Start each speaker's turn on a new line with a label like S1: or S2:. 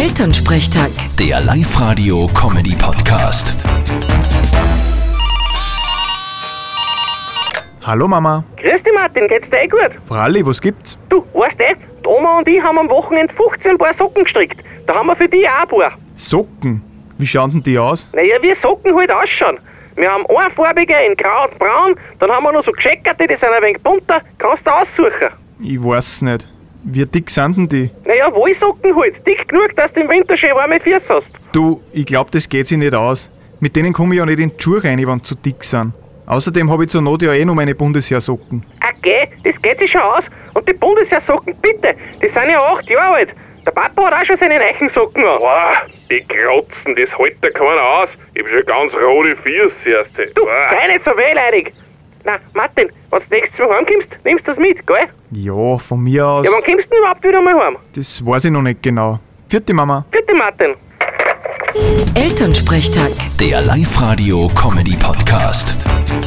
S1: Elternsprechtag.
S2: Der Live-Radio-Comedy-Podcast.
S3: Hallo Mama.
S4: Grüß dich Martin, geht's dir eh gut?
S3: Fralli, was gibt's?
S4: Du, weißt eh, die Oma und ich haben am Wochenende 15 Paar Socken gestrickt. Da haben wir für dich auch ein paar.
S3: Socken. Wie schauen denn die aus?
S4: Naja, wie Socken halt ausschauen. Wir haben einfarbige in grau und braun, dann haben wir noch so gescheckerte, die sind ein wenig bunter, kannst du aussuchen.
S3: Ich weiß nicht. Wie dick sind denn die?
S4: Naja, Wollsocken halt, dick genug, dass du im Winter schön warme Füße hast.
S3: Du, ich glaub, das geht sich nicht aus. Mit denen komme ich ja nicht in die Schuhe rein, wenn sie zu dick sind. Außerdem habe ich zur Not ja eh nur meine Bundesheersocken.
S4: Okay, Ah, das geht sich schon aus. Und die Bundesheersocken, bitte, die sind ja acht Jahre alt. Der Papa hat auch schon seine Eichensocken an.
S5: Boah, die Kratzen, das hält da keiner aus. Ich hab schon ganz rote Füße, erste.
S4: Du, sei nicht so wehleidig. Na, Martin, wenn du nächstes Mal heimkommst, nimmst du das mit, gell?
S3: Ja, von mir aus.
S4: Ja, wann kommst du denn überhaupt wieder mal heim?
S3: Das weiß ich noch nicht genau. Vierte Mama.
S4: Bitte, Martin.
S1: Elternsprechtag.
S2: Der Live-Radio-Comedy-Podcast.